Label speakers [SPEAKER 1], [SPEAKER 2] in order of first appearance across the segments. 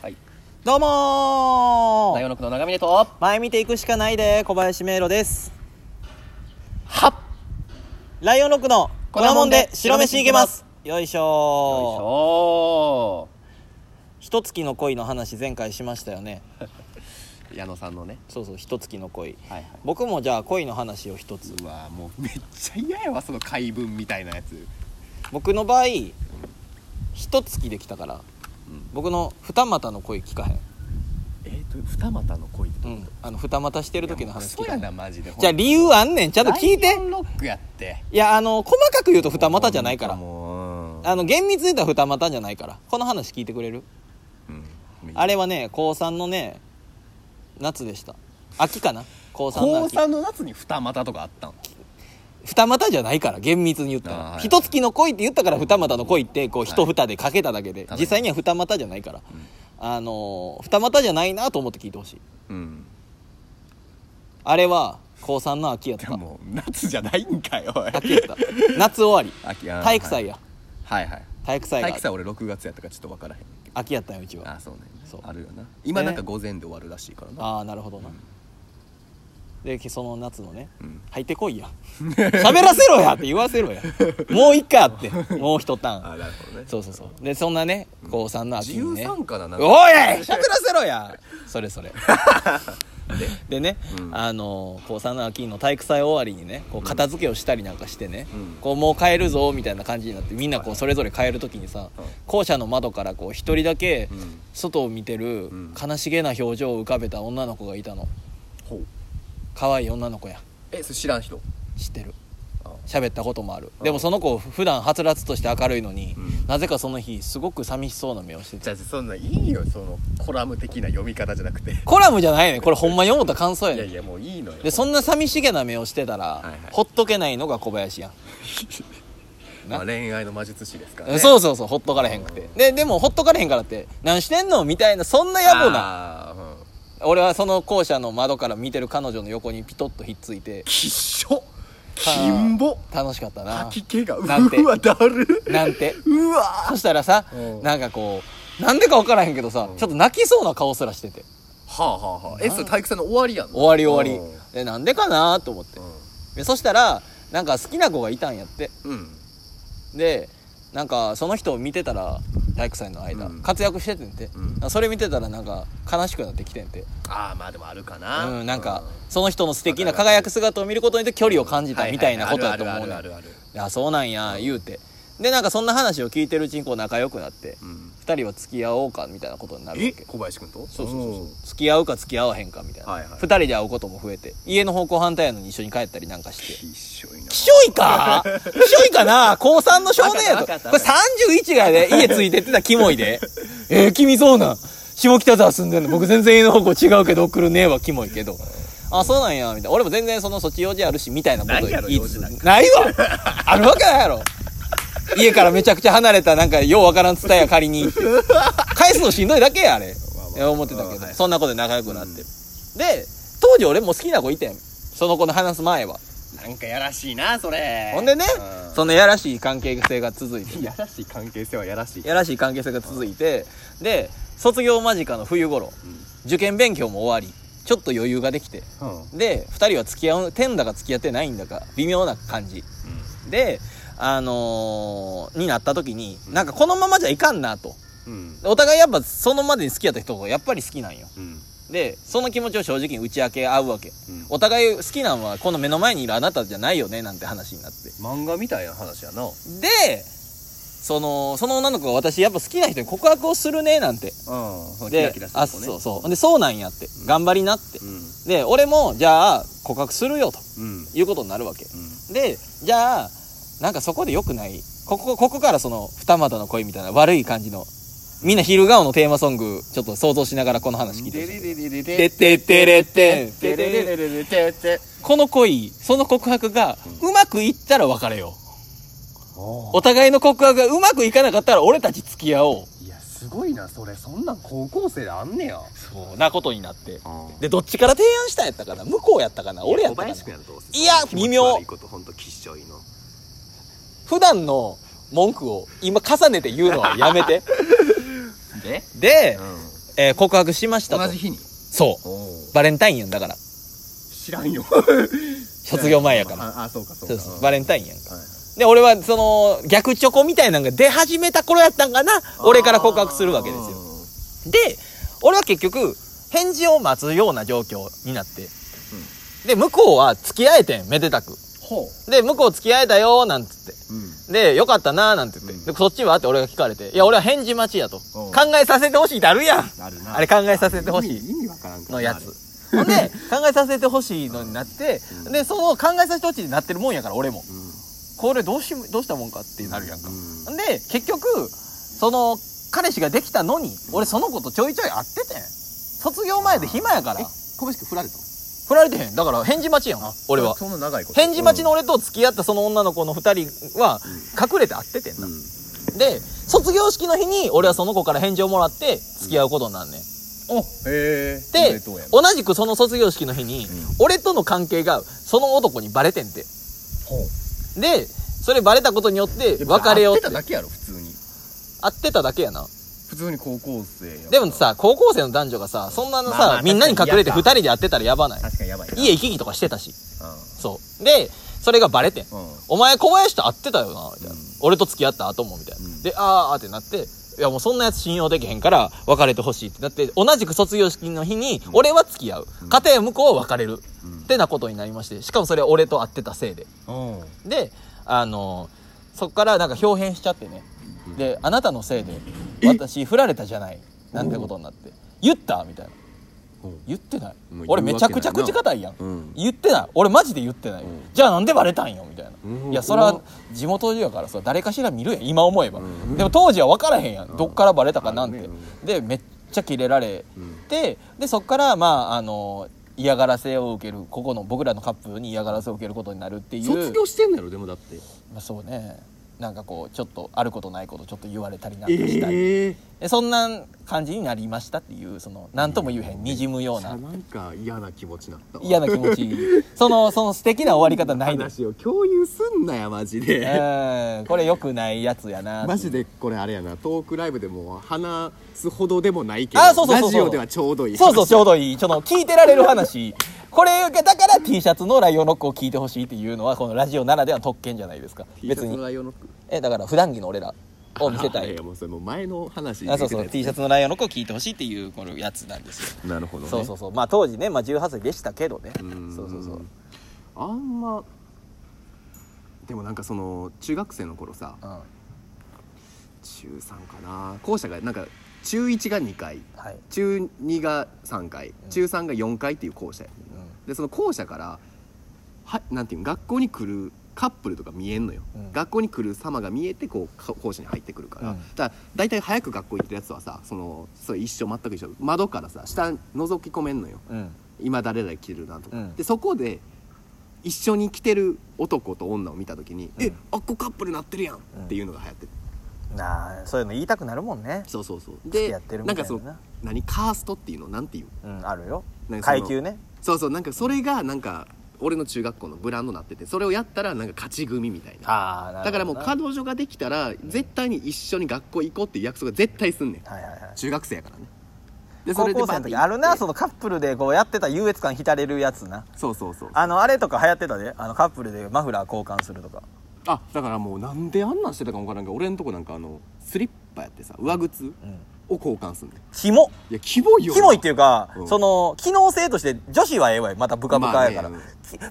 [SPEAKER 1] はい
[SPEAKER 2] どうも
[SPEAKER 1] ライオン
[SPEAKER 2] ー
[SPEAKER 1] の句の長峰と
[SPEAKER 2] 前見ていくしかないで小林迷路です
[SPEAKER 1] はっ
[SPEAKER 2] ライオンロックの粉もんで白飯いけますよいしょ
[SPEAKER 1] お
[SPEAKER 2] ーひと月の恋の話前回しましたよね
[SPEAKER 1] ー矢野さんのね
[SPEAKER 2] そうそうひと月の恋
[SPEAKER 1] はいは
[SPEAKER 2] 僕もじゃあ恋の話を一つ
[SPEAKER 1] い、うわもうめっちゃ嫌やわその怪文みたいなやつ
[SPEAKER 2] 僕の場合ひと月できたから、
[SPEAKER 1] うん
[SPEAKER 2] 僕の二股の恋聞かへ
[SPEAKER 1] えっ、と二股の恋って
[SPEAKER 2] ん、うん、あの二股してる時の話
[SPEAKER 1] そ
[SPEAKER 2] 聞
[SPEAKER 1] う
[SPEAKER 2] か
[SPEAKER 1] や
[SPEAKER 2] へん
[SPEAKER 1] なマジで
[SPEAKER 2] じゃあ理由あんねんちゃんと聞い
[SPEAKER 1] ラ
[SPEAKER 2] て
[SPEAKER 1] イオンロックやって
[SPEAKER 2] いやあの細かく言うと二股じゃないから
[SPEAKER 1] もう
[SPEAKER 2] あの厳密に言ったら二股じゃないからこの話聞いてくれる
[SPEAKER 1] うん
[SPEAKER 2] あれはね高3のね夏でした秋かな高3の
[SPEAKER 1] 高
[SPEAKER 2] 秋
[SPEAKER 1] 三の夏に二股とかあったん
[SPEAKER 2] 二股じゃないから厳密に言った
[SPEAKER 1] あーはい
[SPEAKER 2] ら
[SPEAKER 1] はい
[SPEAKER 2] ひと月の恋って言ったから二股の恋ってこう一蓋でかけただけで
[SPEAKER 1] はい
[SPEAKER 2] 実際には二股じゃないから、あのー二股じゃないなと思って聞いてほしい
[SPEAKER 1] うん
[SPEAKER 2] あれは高3の秋やっ
[SPEAKER 1] で
[SPEAKER 2] た
[SPEAKER 1] も夏じゃないんかよおい
[SPEAKER 2] 秋やった夏終わ
[SPEAKER 1] 秋
[SPEAKER 2] り
[SPEAKER 1] あー
[SPEAKER 2] 体育祭や
[SPEAKER 1] はいはい
[SPEAKER 2] 体育祭
[SPEAKER 1] 体
[SPEAKER 2] が
[SPEAKER 1] 育祭俺6月やったからちょっと分からへんけ
[SPEAKER 2] 秋やったんようち
[SPEAKER 1] どあ
[SPEAKER 2] は
[SPEAKER 1] あそうね
[SPEAKER 2] そう
[SPEAKER 1] あるよな今なんか午前で終わるらしいからな
[SPEAKER 2] ああなるほどな、でその夏のね、
[SPEAKER 1] うん
[SPEAKER 2] 入ってこいや喋らせろやって言わせろやもう一回あってもう一ターン
[SPEAKER 1] あなるほどね
[SPEAKER 2] そうそうそうでそんなね高3の秋にね
[SPEAKER 1] 13かななんか
[SPEAKER 2] おい喋らせろやそれ それでね、
[SPEAKER 1] うん
[SPEAKER 2] あの高3の秋の体育祭終わりにねこう片付けをしたりなんかしてね、
[SPEAKER 1] うん
[SPEAKER 2] こうもう帰るぞみたいな感じになってみんなこうそれぞれ帰る時にさ、
[SPEAKER 1] うん
[SPEAKER 2] 校舎の窓からこう一人だけ
[SPEAKER 1] うん
[SPEAKER 2] 外を見てる
[SPEAKER 1] ん
[SPEAKER 2] 悲しげな表情を浮かべた女の子がいたの
[SPEAKER 1] ほう
[SPEAKER 2] 可愛い女の子や
[SPEAKER 1] えそれ知らん人
[SPEAKER 2] 知ってる
[SPEAKER 1] あ
[SPEAKER 2] 喋ったこともある
[SPEAKER 1] うん
[SPEAKER 2] でもその子普段はつらつとして明るいのに、
[SPEAKER 1] うん
[SPEAKER 2] なぜかその日すごく寂しそうな目をしてて
[SPEAKER 1] じゃあそんないいよそのコラム的な読み方じゃなくてい
[SPEAKER 2] コラムじゃないねこれほんまに思った感想やね
[SPEAKER 1] やいやもういいのよ
[SPEAKER 2] でそんな寂しげな目をしてたら、
[SPEAKER 1] いはい
[SPEAKER 2] ほっとけないのが小林やん、
[SPEAKER 1] まあ恋愛の魔術師ですからね
[SPEAKER 2] そうそうそうほっとかれへんくてででもほっとかれへんからって「何してんの?」みたいなそんな野暮な
[SPEAKER 1] あーうん
[SPEAKER 2] 俺はその校舎の窓から見てる彼女の横にピトッとひっついて
[SPEAKER 1] きっしょきんぼ
[SPEAKER 2] 楽しかったな
[SPEAKER 1] 吐き気がう
[SPEAKER 2] なんて
[SPEAKER 1] わだる
[SPEAKER 2] なんて
[SPEAKER 1] うわ
[SPEAKER 2] そしたらさ
[SPEAKER 1] うん
[SPEAKER 2] なんかこうなんでか分からへんけどさちょっと泣きそうな顔すらしてて
[SPEAKER 1] はあはあはあえそれ体育祭の終わりやん
[SPEAKER 2] 終わり終わ
[SPEAKER 1] うん
[SPEAKER 2] りでなんでかなと思ってでそしたらなんか好きな子がいたんやって
[SPEAKER 1] うん
[SPEAKER 2] でなんかその人を見てたら体育祭の間、
[SPEAKER 1] うん
[SPEAKER 2] 活躍しててんて、
[SPEAKER 1] う
[SPEAKER 2] それ見てたらなんか悲しくなってきてんて、
[SPEAKER 1] ああまあでもあるかな
[SPEAKER 2] うん、なんか
[SPEAKER 1] う
[SPEAKER 2] その人の素敵な輝く姿を見ることによって距離を感じたみたいなことだと思うね
[SPEAKER 1] はい
[SPEAKER 2] ん
[SPEAKER 1] はいあるあるあるある
[SPEAKER 2] いやそうなんや言うてでなんかそんな話を聞いてるうちにこう仲良くなって、
[SPEAKER 1] うん
[SPEAKER 2] 二人は付き合おうかみたいなことになるわ
[SPEAKER 1] え
[SPEAKER 2] け
[SPEAKER 1] 小林君と
[SPEAKER 2] そうそうそうそう付き合うか付き合わへんかみたいな、
[SPEAKER 1] はいはい
[SPEAKER 2] 二人で会うことも増えて家の方向反対やのに一緒に帰ったりなんかし
[SPEAKER 1] き
[SPEAKER 2] て
[SPEAKER 1] っしょいな
[SPEAKER 2] きしょいかきしょいかな高3の少年や
[SPEAKER 1] わ
[SPEAKER 2] と。
[SPEAKER 1] かった
[SPEAKER 2] これ31がね、家ついてってたらキモいで。えー、君そうなん。下北沢住んでんの。僕全然家の方向違うけど、送るねえはキモいけど。あ、そうなんや、みたいな。俺も全然その、そっち用事あるし、みたいなこと
[SPEAKER 1] ないやろ
[SPEAKER 2] 言いつ
[SPEAKER 1] 用事なん
[SPEAKER 2] つ。ないわあるわけないやろ家からめちゃくちゃ離れた、なんか、ようわからん伝えや借りに行って。返すのしんどいだけや、あれ。
[SPEAKER 1] まあまあ
[SPEAKER 2] え思ってたけ
[SPEAKER 1] うん
[SPEAKER 2] ど
[SPEAKER 1] は、い
[SPEAKER 2] そんなことで仲良くなって。で、当時俺も好きな子いてん。その子の話す前は。
[SPEAKER 1] なんかやらしいなそれ
[SPEAKER 2] ほんでね、
[SPEAKER 1] うん
[SPEAKER 2] そのやらしい関係性が続いて、
[SPEAKER 1] やらしい関係性はやらしい
[SPEAKER 2] やらしい関係性が続いて、で、卒業間近の冬頃、受験勉強も終わり、ちょっと余裕ができて、
[SPEAKER 1] うんうん
[SPEAKER 2] で、二人は付き合う、てんだか付き合ってないんだか、微妙な感じ。で、あのーになった時に、なんかこのままじゃいかんなと。
[SPEAKER 1] うん
[SPEAKER 2] お互いやっぱそのまでに好きやった人がやっぱり好きなんよ。
[SPEAKER 1] うん
[SPEAKER 2] で、その気持ちを正直に打ち明け合うわけ。
[SPEAKER 1] うん
[SPEAKER 2] お互い好きなんはこの目の前にいるあなたじゃないよね、なんて話になって。
[SPEAKER 1] 漫画みたいな話やなう
[SPEAKER 2] でそのその女の子が私やっぱ好きな人に告白をするねなんて
[SPEAKER 1] んキ
[SPEAKER 2] で
[SPEAKER 1] ラキラした
[SPEAKER 2] あ
[SPEAKER 1] 子ね
[SPEAKER 2] そうそうでそうなんやって、頑張りなって、
[SPEAKER 1] うん
[SPEAKER 2] で俺もじゃあ告白するよと
[SPEAKER 1] うん
[SPEAKER 2] いうことになるわけ
[SPEAKER 1] うん
[SPEAKER 2] でじゃあなんかそこでよくないここここからその二股の恋みたいな悪い感じのみんな昼顔のテーマソングちょっと想像しながらこの話聞いてほしいてってってれってんてれれれこの恋その告白がうまくいったら別れようお互いの告白がうまくいかなかったら俺たち付き合おう。
[SPEAKER 1] いやすごいなそれそんなん高校生であんねや
[SPEAKER 2] そう。なことになって。
[SPEAKER 1] うん
[SPEAKER 2] で、どっちから提案したんやったかな向こうやったかな俺やったかな
[SPEAKER 1] やろどうせ
[SPEAKER 2] いや
[SPEAKER 1] そんな
[SPEAKER 2] 微妙
[SPEAKER 1] 気持ち悪いことほんときっしょいの
[SPEAKER 2] 普段の 文句を今重ねて言うのはやめて。
[SPEAKER 1] で
[SPEAKER 2] で、えー告白しましたと
[SPEAKER 3] 同じ日に
[SPEAKER 2] そうバレンタインやんだから
[SPEAKER 3] 知らんよ
[SPEAKER 2] 卒業前やから
[SPEAKER 3] ああそうかそう
[SPEAKER 2] そ
[SPEAKER 3] か
[SPEAKER 2] うそうバレンタインやん
[SPEAKER 3] はい
[SPEAKER 2] で俺はその逆チョコみたいなのが出始めた頃やったんかな俺から告白するわけです
[SPEAKER 3] よ
[SPEAKER 2] よで俺は結局返事を待つような状況になって、で向こうは付き合えてんめでたく
[SPEAKER 3] ほ
[SPEAKER 2] で向こう付き合えたよーなんつって
[SPEAKER 3] ううん
[SPEAKER 2] で、よかったなーなんて言って、
[SPEAKER 3] うん
[SPEAKER 2] で、そっちはって俺が聞かれて、いや、俺は返事待ちやと。
[SPEAKER 3] う
[SPEAKER 2] 考
[SPEAKER 3] ん
[SPEAKER 2] えさせてほしいってあるやん
[SPEAKER 3] なるな
[SPEAKER 2] あれ考えさせてほし
[SPEAKER 3] 意味
[SPEAKER 2] い
[SPEAKER 3] 意味わからんからな
[SPEAKER 2] のやつ。ほんで、考えさせてほしいのになって、
[SPEAKER 3] うん
[SPEAKER 2] で、その考えさせてほしいになってるもんやから、俺も。
[SPEAKER 3] う
[SPEAKER 2] これどうし、どうしたもんかってなるやんか。
[SPEAKER 3] うん
[SPEAKER 2] ほんで、結局、その、彼氏ができたのに、俺その子とちょいちょい会っててん。卒業前で暇やか
[SPEAKER 3] え
[SPEAKER 2] ら、
[SPEAKER 3] 小林君振られたの
[SPEAKER 2] 振られてへん。だから返事待ちやん、俺は。
[SPEAKER 3] そんな長いこと
[SPEAKER 2] 返事待ちの俺と付き合ったその女の子の二人は、隠れて会っててん
[SPEAKER 3] う
[SPEAKER 2] な。
[SPEAKER 3] んうん
[SPEAKER 2] で卒業式の日に俺はその子から返事をもらって付き合うことになんねん、
[SPEAKER 3] おへえ
[SPEAKER 2] で同じくその卒業式の日に、
[SPEAKER 3] ん
[SPEAKER 2] 俺との関係がその男にバレてんて
[SPEAKER 3] ほ
[SPEAKER 2] でそれバレたことによって
[SPEAKER 3] う
[SPEAKER 2] 別れよう
[SPEAKER 3] 会
[SPEAKER 2] っ
[SPEAKER 3] ってた
[SPEAKER 2] て
[SPEAKER 3] だけやろ普通に
[SPEAKER 2] 会ってただけやな
[SPEAKER 3] 普通に高校生やから
[SPEAKER 2] でもさ高校生の男女がさそんなのさ、
[SPEAKER 3] まあまあ
[SPEAKER 2] みんなに隠れ
[SPEAKER 3] 確かに
[SPEAKER 2] て
[SPEAKER 3] 嫌か
[SPEAKER 2] 二人で会ってたらやばない
[SPEAKER 3] 確かにやばいな
[SPEAKER 2] 家行き来とかしてたし
[SPEAKER 3] う
[SPEAKER 2] そうでそれがバレてん
[SPEAKER 3] んうん
[SPEAKER 2] お前小林と会ってたよな、みたい
[SPEAKER 3] う
[SPEAKER 2] な
[SPEAKER 3] ん。
[SPEAKER 2] 俺と付き合った後も、みたいな。
[SPEAKER 3] うん
[SPEAKER 2] で、あーあーってなって、いやもうそんなやつ信用できへんから別れてほしいってなって、同じく卒業式の日に俺は付き合う。
[SPEAKER 3] ん
[SPEAKER 2] 家庭向こうは別れる。
[SPEAKER 3] うん
[SPEAKER 2] ってなことになりまして、しかもそれは俺と会ってたせいで。
[SPEAKER 3] うん
[SPEAKER 2] で、あのーそっからなんか表変しちゃってね。で、あなたのせいで私振られたじゃない。なんてことになって。言ったみたいな
[SPEAKER 3] うん。
[SPEAKER 2] 言ってない
[SPEAKER 3] もう言うわけないな
[SPEAKER 2] 俺めちゃくちゃ口堅いやん、
[SPEAKER 3] うん
[SPEAKER 2] 言ってない俺マジで言ってない、
[SPEAKER 3] ん
[SPEAKER 2] じゃあなんでバレたんよみたいな、
[SPEAKER 3] うん
[SPEAKER 2] いやそれは地元やからさ誰かしら見るやん今思えば、
[SPEAKER 3] うん
[SPEAKER 2] でも当時は分からへんやん、どっからバレたかなんて、
[SPEAKER 3] あるね
[SPEAKER 2] でめっちゃキレられ
[SPEAKER 3] うん
[SPEAKER 2] てでそっからまああの嫌がらせを受けるここの僕らのカップルに嫌がらせを受けることになるっていう
[SPEAKER 1] 卒業してんのやろでもだって
[SPEAKER 2] まあ、そうねなんかこうちょっとあることないことちょっと言われたりなんかしたり、
[SPEAKER 1] ええ
[SPEAKER 2] でそんな感じになりましたっていうその何とも言えへんにじむような
[SPEAKER 1] なんか嫌な気持ちになったわ
[SPEAKER 2] 嫌な気持ちそ のその素敵な終わり方ないです
[SPEAKER 1] 話を共有すんなやマジ
[SPEAKER 2] う
[SPEAKER 1] で
[SPEAKER 2] んこれ良くないやつやな
[SPEAKER 1] マジでこれあれやなトークライブでも話すほどでもないけど
[SPEAKER 2] あそうそうそうそ
[SPEAKER 1] ラ
[SPEAKER 2] う
[SPEAKER 1] ジオではちょうどいい
[SPEAKER 2] そうそうちょうどいいちょっと聞いてられる話これがだから T シャツのライオンロックを聞いてほしいっていうのはこのラジオならでは特権じゃないですか別にえだから普段着の俺らを見せたい
[SPEAKER 1] やもうそれもう前の話
[SPEAKER 2] あそうそう T シャ
[SPEAKER 1] ツ
[SPEAKER 2] ツのライオンロックを聞いてほしいっていうこのやつなんですよ
[SPEAKER 1] なるほどね
[SPEAKER 2] そうそうそうまあ当時ね、まあ、18歳でしたけどね
[SPEAKER 1] うん
[SPEAKER 2] そうそうそう
[SPEAKER 1] あんまでもなんかその中学生の頃さ
[SPEAKER 2] うんは
[SPEAKER 1] 中3かな校舎がなんか中1が2回
[SPEAKER 2] い
[SPEAKER 1] 中2が3回中3が4回っていう校舎やねんなでその校舎からはなんていうん学校に来るカップルとか見えんのよ、
[SPEAKER 2] うん
[SPEAKER 1] 学校に来る様が見えてこうか校舎に入ってくるから、
[SPEAKER 2] うん
[SPEAKER 1] だから大体早く学校行ってるやつはさそのそれ一緒全く一緒窓からさ下覗き込めんのよ
[SPEAKER 2] うんうん
[SPEAKER 1] 今誰々来てるなとか、
[SPEAKER 2] うん
[SPEAKER 1] でそこで一緒に来てる男と女を見た時に「
[SPEAKER 2] うん
[SPEAKER 1] えあっこカップルなってるやん!」
[SPEAKER 2] ん
[SPEAKER 1] っていうのが流行ってて
[SPEAKER 2] なあそういうの言いたくなるもんね
[SPEAKER 1] そうそうそう
[SPEAKER 2] 付き
[SPEAKER 1] で
[SPEAKER 2] 合ってるみた
[SPEAKER 1] ないんか
[SPEAKER 2] な
[SPEAKER 1] その何カーストっていうのなんていう
[SPEAKER 2] うんあるよ
[SPEAKER 1] なんかその
[SPEAKER 2] 階級ね
[SPEAKER 1] そうそうなんかそれがなんか俺の中学校のブランドになっててそれをやったらなんか勝ち組みたいな
[SPEAKER 2] ああなるほどな
[SPEAKER 1] だからもう彼女ができたら絶対に一緒に学校行こうっていう約束は絶対すんねん
[SPEAKER 2] はいはいはい
[SPEAKER 1] 中学生やからねで
[SPEAKER 2] 高
[SPEAKER 1] バ
[SPEAKER 2] 校生
[SPEAKER 1] ッ
[SPEAKER 2] の
[SPEAKER 1] て行
[SPEAKER 2] 時
[SPEAKER 1] って
[SPEAKER 2] あるなそのカップルでこうやってた優越感浸れるやつな
[SPEAKER 1] そうそうそうあ
[SPEAKER 2] あのあれとか流行ってたであのカップルでマフラー交換するとか
[SPEAKER 1] だからもうなんであんなんしてたかもわからんけど俺んとこなんかあのスリッパやってさ上靴
[SPEAKER 2] うん
[SPEAKER 1] を交換すんねん
[SPEAKER 2] キモ
[SPEAKER 1] いやキモいよな
[SPEAKER 2] キモいっていうか、
[SPEAKER 1] うん
[SPEAKER 2] その機能性として女子はええわよまたブカブカやから、
[SPEAKER 1] まあね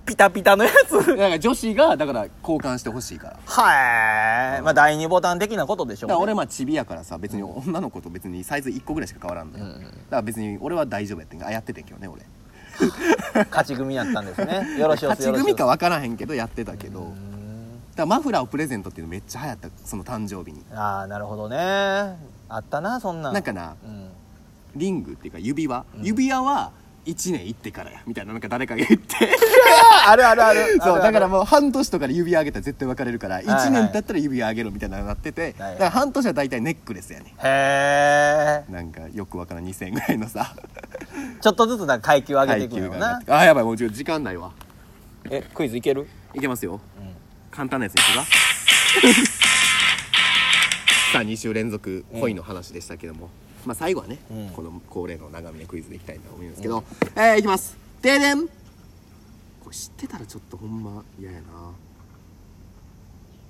[SPEAKER 2] きピタピタのやつ
[SPEAKER 1] だから女子がだから交換してほしいから
[SPEAKER 2] はい、まあ第二ボタン的なことでしょ
[SPEAKER 1] だ
[SPEAKER 2] う、
[SPEAKER 1] か
[SPEAKER 2] ね、
[SPEAKER 1] ら俺まあチビやからさ別に女の子と別にサイズ1個ぐらいしか変わらんのよ、だから別に俺は大丈夫やってんけどあやっててんけどね俺
[SPEAKER 2] 勝ち組やったんですねよろしお
[SPEAKER 1] 勝
[SPEAKER 2] すよ
[SPEAKER 1] ち
[SPEAKER 2] ろしおす
[SPEAKER 1] 組か分からへんけどやってたけどだからマフラーをプレゼントっていうのめっちゃ流行ったその誕生日に
[SPEAKER 2] ああなるほどねあったなそんなん
[SPEAKER 1] なんかな
[SPEAKER 2] うん
[SPEAKER 1] リングっていうか指輪、指輪は1年行ってからやみたいななんか誰かが言って
[SPEAKER 2] あるあるあ る
[SPEAKER 1] そうだから
[SPEAKER 2] も
[SPEAKER 1] もう半年とかで指輪あげたら絶対別れるから
[SPEAKER 2] いはい
[SPEAKER 1] 1年経ったら指輪あげろみたいなのになってて、
[SPEAKER 2] はいはい
[SPEAKER 1] だから半年は大体ネックレスやね
[SPEAKER 2] うへえ
[SPEAKER 1] なんかよくわからん2000円ぐらいのさ
[SPEAKER 2] ちょっとずつなんか階級上げていく
[SPEAKER 1] 階級
[SPEAKER 2] の
[SPEAKER 1] が上
[SPEAKER 2] よ
[SPEAKER 1] がっ
[SPEAKER 2] な
[SPEAKER 1] てあやばいもう時間ないわ
[SPEAKER 2] えクイズいける
[SPEAKER 1] いけますよ、
[SPEAKER 2] ん
[SPEAKER 1] 簡単なやついく かさあ2週連続恋の話でしたけども、まあ、最後はね、
[SPEAKER 2] うん
[SPEAKER 1] この恒例の長峰クイズでいきたいと思うんですけど、えー、いきますででんこれ知ってたらちょっとほんま嫌やな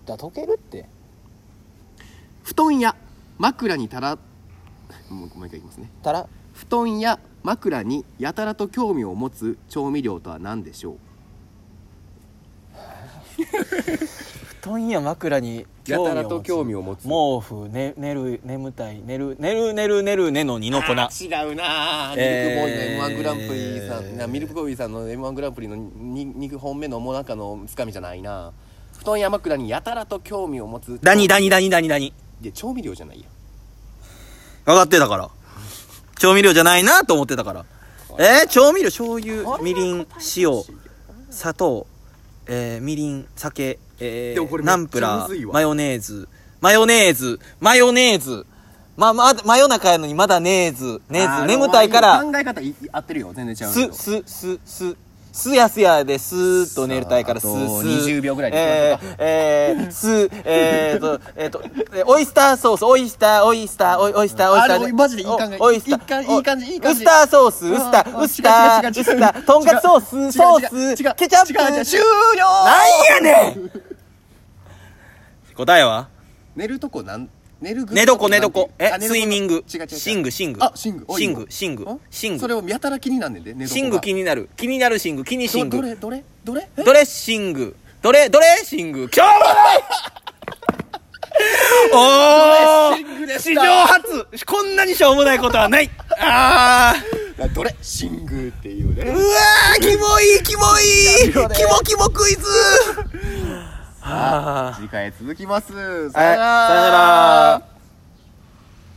[SPEAKER 2] だ溶けるって
[SPEAKER 1] 布団や枕にたらもうもう一回いきますね
[SPEAKER 2] たら
[SPEAKER 1] 布団や枕にやたらと興味を持つ調味料とは何でしょう
[SPEAKER 2] 布団や枕に
[SPEAKER 1] やたらと興味を持つ
[SPEAKER 2] 毛布、ね、寝る眠たい寝る寝る寝る寝る寝の二の粉
[SPEAKER 1] あー違うなー
[SPEAKER 2] え
[SPEAKER 1] ミ
[SPEAKER 2] ー
[SPEAKER 1] ルクボーイの m 1グランプリさん、なミルクボーイさんの m 1グランプリの 2, 本目のもなかのつかみじゃないな布団や枕にやたらと興味を持つ
[SPEAKER 2] ダニダニダニダニダニ
[SPEAKER 1] いや調味料じゃないや
[SPEAKER 2] 分かってたから調味料じゃないなと思ってたからえー、調味料醤油みりん塩砂糖、えーみりん酒、え
[SPEAKER 1] でもこ
[SPEAKER 2] ー、
[SPEAKER 1] れめっち
[SPEAKER 2] ナ
[SPEAKER 1] ゃ
[SPEAKER 2] ンプラ
[SPEAKER 1] むずい
[SPEAKER 2] ー
[SPEAKER 1] わ
[SPEAKER 2] マヨネーズマヨネーズマヨネーズま、ま、真夜中やのにまだネーズ、ネーズ、眠たいから、
[SPEAKER 1] 考え方い合ってるよ全然違うけ
[SPEAKER 2] す、
[SPEAKER 1] ど
[SPEAKER 2] す、す、す、すやすやで、すーっと寝たいから、す、
[SPEAKER 1] さ
[SPEAKER 2] す。
[SPEAKER 1] ああと20秒ぐらいで
[SPEAKER 2] えー、えー、す、えーと、えーと、えーオイスターソース、オイスター、オイスター、オイオイスター、オイスタ
[SPEAKER 1] あ
[SPEAKER 2] ー。
[SPEAKER 1] れマジでいい考え
[SPEAKER 2] おオイスター。
[SPEAKER 1] いい感じいい感じいい感じ
[SPEAKER 2] ウスターソース、ウスタ
[SPEAKER 1] あ
[SPEAKER 2] ー、
[SPEAKER 1] あ
[SPEAKER 2] ウスター、
[SPEAKER 1] 違う違
[SPEAKER 2] ウ
[SPEAKER 1] う違う
[SPEAKER 2] スター、とんかつソース、ソース、
[SPEAKER 1] 違う違う違う
[SPEAKER 2] ケチャップ。
[SPEAKER 1] 違う違う終了
[SPEAKER 2] なんやねん答えは
[SPEAKER 1] 寝るとこなん寝る具
[SPEAKER 2] 寝床寝床。え
[SPEAKER 1] あ、寝床
[SPEAKER 2] スイミング
[SPEAKER 1] 違う違う違。う
[SPEAKER 2] シング、シング。
[SPEAKER 1] あシングおい
[SPEAKER 2] シング、シング
[SPEAKER 1] ん。
[SPEAKER 2] シン
[SPEAKER 1] それ
[SPEAKER 2] グ。
[SPEAKER 1] をやたら気になんねんで寝床が
[SPEAKER 2] シング気になる。気になるシング、気にシング
[SPEAKER 1] ど。れどれどれえ
[SPEAKER 2] ドレッシング。ドレ、ドレッシング。今日もないお
[SPEAKER 1] ドレッシングで
[SPEAKER 2] ー
[SPEAKER 1] した
[SPEAKER 2] 史上初こんなにしょうもないことはないあー
[SPEAKER 1] あどれシングっていう
[SPEAKER 2] う
[SPEAKER 1] ね
[SPEAKER 2] わーキモいキモいキモキモクイズあー
[SPEAKER 1] 次回続きます。さ
[SPEAKER 2] はいさよなら